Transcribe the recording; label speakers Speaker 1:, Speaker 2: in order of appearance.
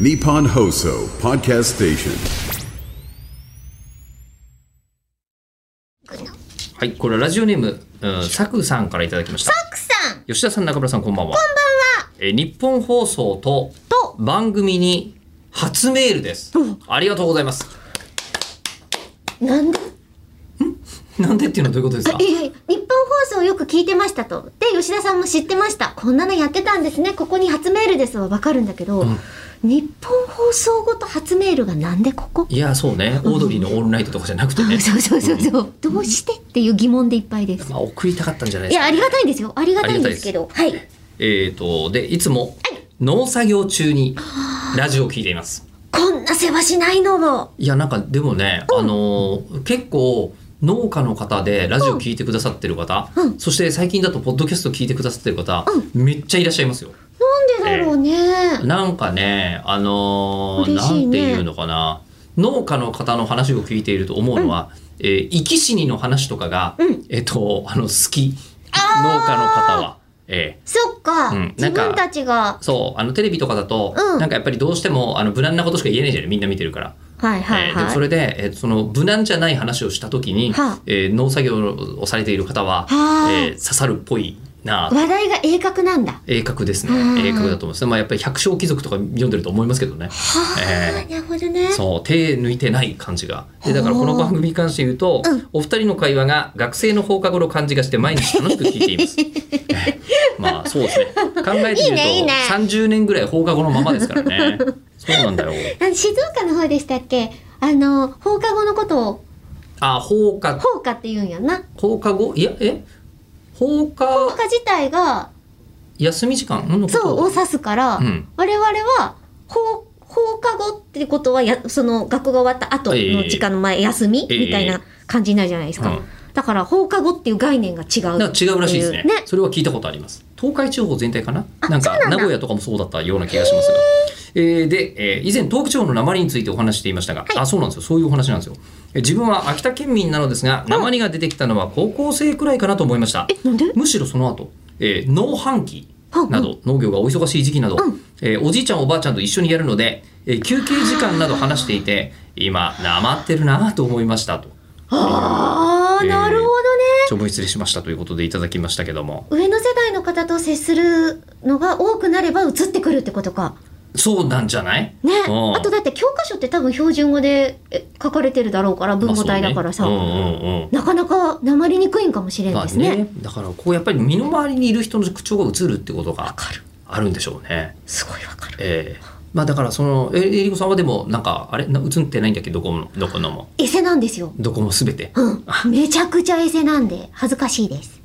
Speaker 1: Nippon Hoso Podcast Station.
Speaker 2: はい、これラジオネーム、うん、サクさんからいただきました。
Speaker 3: 奥さん
Speaker 2: 吉田さん、中村さん、こんばんは。こんばんは。えー、日本放送と
Speaker 3: と
Speaker 2: 番組に初メールです。ありがとうございます。
Speaker 3: なんで
Speaker 2: なんでっていうのはどういうことですか
Speaker 3: いやいや日本放送をよく聞いてましたとで吉田さんも知ってましたこんなのやってたんですねここに初メールですはわかるんだけど、日本放送ごと初メールがなんでここ
Speaker 2: いや、そうね。オードリーのオールナイトとかじゃなくてね。
Speaker 3: そうそうそうそうどうしてっていう疑問でいっぱいです
Speaker 2: まあ、送りたかったんじゃない
Speaker 3: い
Speaker 2: です
Speaker 3: や
Speaker 2: か。
Speaker 3: ありがたいんですよありがたいんですけどはい
Speaker 2: えっ、と、で、いつも農作業中にラジオを聞いています。
Speaker 3: こんな世話しないのも
Speaker 2: いや、なんかでもね、あのー結構、農家の方でラジオ聞いてくださってる方、
Speaker 3: うん
Speaker 2: そして最近だとポッドキャスト聞いてくださってる方、めっちゃいらっしゃいますよ。
Speaker 3: なんでだろうね、
Speaker 2: なんかね、あのー
Speaker 3: 嬉
Speaker 2: な
Speaker 3: しいね
Speaker 2: んていうのかな、農家の方の話を聞いていると思うのは、えー生き死にの話とかが、
Speaker 3: うん
Speaker 2: えっと、あの、好き、農家の方は。えー
Speaker 3: そっか、
Speaker 2: うんな
Speaker 3: 自
Speaker 2: んか
Speaker 3: 分たちが
Speaker 2: そうあのテレビとかだと、
Speaker 3: うん
Speaker 2: なんかやっぱりどうしてもあの無難なことしか言えないじゃないみんな見てるから、
Speaker 3: はいは
Speaker 2: え
Speaker 3: い
Speaker 2: ーで
Speaker 3: はい、
Speaker 2: それで、えーその無難じゃない話をした時に、
Speaker 3: はあ
Speaker 2: えー農作業をされている方
Speaker 3: は
Speaker 2: は、
Speaker 3: あ
Speaker 2: えー刺さるっぽいな
Speaker 3: 話題が鋭角なんだ
Speaker 2: 鋭角ですね
Speaker 3: うん
Speaker 2: 鋭角だと思います、まあ、やっぱり百姓貴族とか読んでると思いますけどね、
Speaker 3: はあ、
Speaker 2: え
Speaker 3: なるほどね
Speaker 2: ーそう手抜いてない感じがでだからこの番組に関して言うと、
Speaker 3: うん
Speaker 2: お二人の会話が学生の放課後の感じがして毎日楽しく聞いて いますえーまあそうですね考えてみると
Speaker 3: いいねいいね
Speaker 2: 30年ぐらい放課後のままですからねそうなんだよ
Speaker 3: あの静岡の方でしたっけあの放課後のことを
Speaker 2: あ放課
Speaker 3: 放課って言うんやな
Speaker 2: 放課後いやえ放
Speaker 3: 放
Speaker 2: 課
Speaker 3: 課自体が
Speaker 2: 休み時間のこと
Speaker 3: そうを指すから、
Speaker 2: うん
Speaker 3: 我々は放放課後ってことはやその学校が終わった後の時間の前、休み
Speaker 2: ええ
Speaker 3: みたいな感じになるじゃないですか、
Speaker 2: うん
Speaker 3: だから放課後っていう概念が違う
Speaker 2: なんか違うらしいですね
Speaker 3: ね
Speaker 2: それは聞いたことあります東海地方全体かな
Speaker 3: あ
Speaker 2: なん
Speaker 3: そ
Speaker 2: か
Speaker 3: うなんだ
Speaker 2: 名古屋とかもそうだったような気がしますが、えーで、えー以前東北地方の鉛についてお話ししていましたが、あそうなんですよそういうお話なんですよえー自分は秋田県民なのですが鉛が出てきたのは高校生くらいかなと思いました
Speaker 3: えなんで
Speaker 2: むしろその後、えー農繁期など農業がお忙しい時期など、えーおじいちゃんおばあちゃんと一緒にやるので、えー休憩時間など話していて今なまってるなと思いましたと
Speaker 3: ああ、
Speaker 2: ええ
Speaker 3: なるほどね
Speaker 2: 長文失礼しましたということでいただきましたけども
Speaker 3: 上の世代の方と接するのが多くなれば移ってくるってことか
Speaker 2: そうなんじゃない
Speaker 3: ね
Speaker 2: うん
Speaker 3: あとだって教科書って多分標準語でえ書かれてるだろうから文語体だからさ、
Speaker 2: まあそうねうんうんうん
Speaker 3: なかなかなまりにくいんかもしれ
Speaker 2: ま
Speaker 3: ん
Speaker 2: あ
Speaker 3: ですね,、
Speaker 2: ね、だからこうやっぱり身の回りにいる人の口調が映るってことが
Speaker 3: かる
Speaker 2: あるんでしょうね。
Speaker 3: すごいわかる
Speaker 2: ええまあだからそのええりこさんはでもなんかあれな映ってないんだっけどこもどこのも
Speaker 3: エセなんですよ
Speaker 2: どこもすべて。
Speaker 3: うんめちゃくちゃエセなんで恥ずかしいです